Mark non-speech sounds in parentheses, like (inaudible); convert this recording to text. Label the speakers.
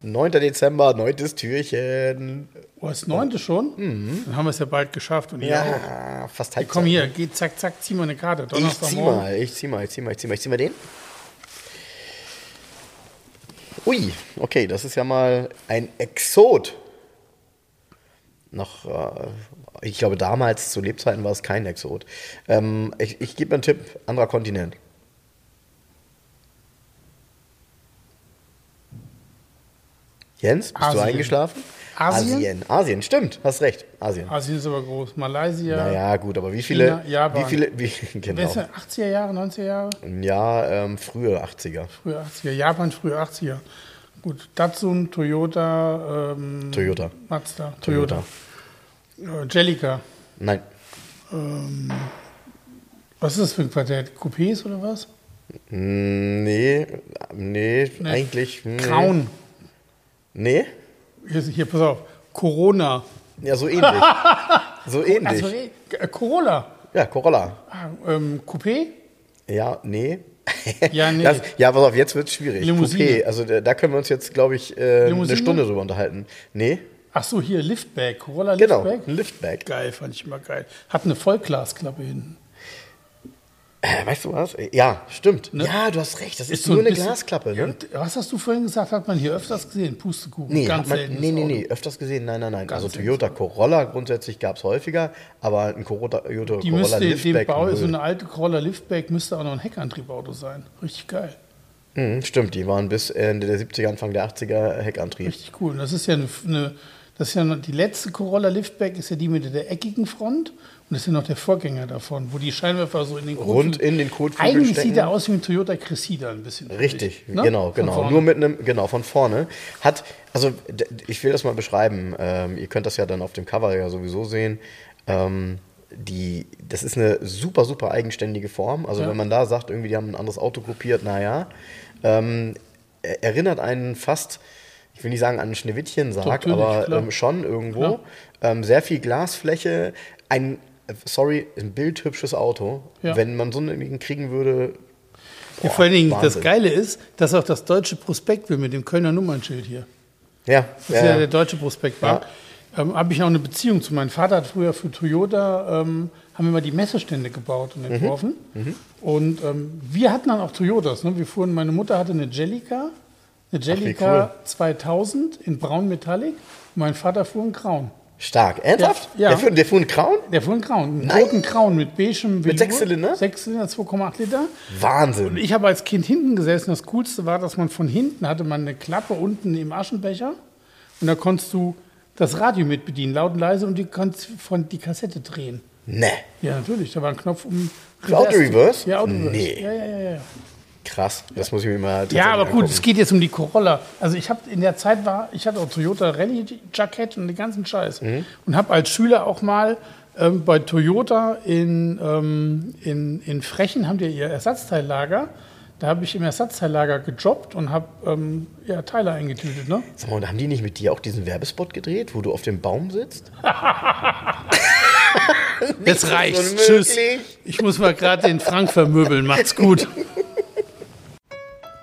Speaker 1: Neunter Dezember, neuntes Türchen.
Speaker 2: Oh, das neunte schon? Dann haben wir es ja bald geschafft und ihr auch.
Speaker 1: Mhm. Ja, fast halb.
Speaker 2: Komm hier, geh zack, zack, zieh mal eine Karte.
Speaker 1: Ich zieh
Speaker 2: Donnerstagmorgen.
Speaker 1: mal, ich zieh mal, ich zieh mal, ich zieh mal. Ich zieh mal den. Ui, okay, das ist ja mal ein Exot. Noch, äh, ich glaube, damals zu Lebzeiten war es kein Exot. Ähm, ich ich gebe einen Tipp: anderer Kontinent. Jens, bist
Speaker 2: Asien.
Speaker 1: du eingeschlafen?
Speaker 2: Asien?
Speaker 1: Asien, Asien, stimmt, hast recht. Asien.
Speaker 2: Asien Ah, ist aber groß. Malaysia.
Speaker 1: Naja, gut, aber wie viele?
Speaker 2: China, Japan.
Speaker 1: Wie viele? Wie, (laughs) genau.
Speaker 2: Weißt du, 80er Jahre, 90er Jahre?
Speaker 1: Ja, ähm, frühe 80er.
Speaker 2: Frühe 80er. Japan, frühe 80er. Gut, Datsun, Toyota, ähm,
Speaker 1: Toyota.
Speaker 2: Mazda, Toyota. Äh, Jellica. Ähm,
Speaker 1: Nein.
Speaker 2: Was ist das für ein Quartett? Coupés oder was?
Speaker 1: Nee, nee,
Speaker 2: Nee.
Speaker 1: eigentlich. Nee.
Speaker 2: Crown.
Speaker 1: Nee?
Speaker 2: Hier, hier, pass auf. Corona.
Speaker 1: Ja, so
Speaker 2: (laughs)
Speaker 1: ähnlich. so ähnlich.
Speaker 2: Also, äh, Corolla.
Speaker 1: ja, Corolla.
Speaker 2: Ah, ähm, Coupé?
Speaker 1: Ja, nee.
Speaker 2: Ja, nee.
Speaker 1: Das, ja, pass auf, jetzt wird es schwierig.
Speaker 2: Limousine.
Speaker 1: Coupé. Also da, da können wir uns jetzt, glaube ich, äh, eine
Speaker 2: Limousine?
Speaker 1: Stunde drüber unterhalten. Nee,
Speaker 2: Ach so, hier Liftback. Corolla
Speaker 1: genau.
Speaker 2: Liftback.
Speaker 1: Ein Liftback.
Speaker 2: Geil, fand ich immer geil. Hat eine Vollglasklappe hinten.
Speaker 1: Äh, weißt du was? Ja, stimmt.
Speaker 2: Ne?
Speaker 1: Ja, du hast recht. Das ist,
Speaker 2: so
Speaker 1: nur
Speaker 2: ein
Speaker 1: eine
Speaker 2: bisschen-
Speaker 1: Glasklappe,
Speaker 2: Ja,
Speaker 1: ne?
Speaker 2: und was hast du vorhin gesagt? Hat man hier öfters gesehen? Pustekuchen.
Speaker 1: Nee,
Speaker 2: ganz
Speaker 1: hat man,
Speaker 2: selten.
Speaker 1: nee, nee, nee, öfters gesehen, nein, nein, nein.
Speaker 2: Ganz
Speaker 1: also
Speaker 2: selten.
Speaker 1: Toyota Corolla grundsätzlich gab es häufiger, aber halt ein Corolla, Toyota
Speaker 2: Die
Speaker 1: Corolla
Speaker 2: müsste dem
Speaker 1: Liftback.
Speaker 2: Bau,
Speaker 1: null.
Speaker 2: so eine alte Corolla Liftback müsste auch noch ein Heckantriebauto sein. Richtig geil.
Speaker 1: Mhm, stimmt, die waren bis Ende der 70er, Anfang der 80er Heckantrieb.
Speaker 2: Richtig cool. Und das ist ja eine, eine das ist ja noch, die letzte Corolla Liftback ist ja die mit der eckigen Front und das ist ja noch der Vorgänger davon, wo die Scheinwerfer so in den Kotflügel-
Speaker 1: Rund in den Kotflügel
Speaker 2: Eigentlich
Speaker 1: stecken.
Speaker 2: sieht er aus wie ein Toyota Cressida ein bisschen.
Speaker 1: Richtig,
Speaker 2: Ne?
Speaker 1: genau,
Speaker 2: Von
Speaker 1: genau.
Speaker 2: vorne.
Speaker 1: Nur mit einem, genau, von vorne. Hat, also d- d- ich will das mal beschreiben. Ähm, ihr könnt das ja dann auf dem Cover ja sowieso sehen. Ähm, die, das ist eine super, super eigenständige Form. Also
Speaker 2: Ja.
Speaker 1: wenn man da sagt, irgendwie, die haben ein anderes Auto kopiert, naja. Ähm, er- erinnert einen fast, ich will nicht sagen an einen Schneewittchen-Sarg,
Speaker 2: Natürlich,
Speaker 1: aber
Speaker 2: klar.
Speaker 1: ähm, schon irgendwo.
Speaker 2: Klar.
Speaker 1: Ähm, sehr viel Glasfläche, ein, äh, sorry, ein bildhübsches Auto.
Speaker 2: Ja.
Speaker 1: Wenn man so einen kriegen würde,
Speaker 2: Ja, vor allen Dingen,
Speaker 1: Wahnsinn.
Speaker 2: das Geile ist, dass auch das deutsche Prospekt will mit dem Kölner Nummernschild hier.
Speaker 1: ja.
Speaker 2: Das ist ja der deutsche Prospektbank.
Speaker 1: Ja.
Speaker 2: Ähm, habe ich auch eine Beziehung zu. Mein Vater hat früher für Toyota, ähm, haben wir mal die Messestände gebaut
Speaker 1: Mhm.
Speaker 2: und entworfen. Und ähm, wir hatten dann auch Toyotas. Ne? Wir fuhren, meine Mutter hatte eine Jellica, eine Jellica 2000 in braun Metallic. Und mein Vater fuhr einen Grauen.
Speaker 1: Stark. Ernsthaft?
Speaker 2: Ja.
Speaker 1: Der, fuhr, der fuhr einen Crown?
Speaker 2: Der fuhr einen Grauen, einen
Speaker 1: Nein.
Speaker 2: roten Grauen mit beigem Velour.
Speaker 1: sechs Zylinder?
Speaker 2: Sechs Zylinder, 2,8 Liter. Und
Speaker 1: Wahnsinn.
Speaker 2: ich habe als Kind hinten gesessen. Das Coolste war, dass man von hinten hatte man eine Klappe unten im Aschenbecher und da konntest du das Radio mit bedienen, laut und leise, und du konntest von die Kassette drehen.
Speaker 1: Ne.
Speaker 2: Ja, natürlich. Da war ein Knopf um.
Speaker 1: Auto-Reverse?
Speaker 2: Ja, Auto-Reverse.
Speaker 1: Nee.
Speaker 2: Ja, ja, ja, ja.
Speaker 1: Krass. Das muss ich mir mal tatsächlich
Speaker 2: ja, aber gut,
Speaker 1: angucken.
Speaker 2: es geht jetzt um die Corolla. Also ich habe in der Zeit war, ich hatte auch Toyota Rallye Jackett und den ganzen Scheiß
Speaker 1: Mhm.
Speaker 2: und habe als Schüler auch mal ähm, bei Toyota in, ähm, in, in Frechen haben die ihr Ersatzteillager. Da habe ich im Ersatzteillager gejobbt und habe ähm, ja, Teile eingetütet. Ne?
Speaker 1: Sag mal, und haben die nicht mit dir auch diesen Werbespot gedreht, wo du auf dem Baum sitzt?
Speaker 2: Jetzt reicht's.
Speaker 1: unmöglich.
Speaker 2: Tschüss. Ich muss mal gerade den Frank vermöbeln. Macht's gut.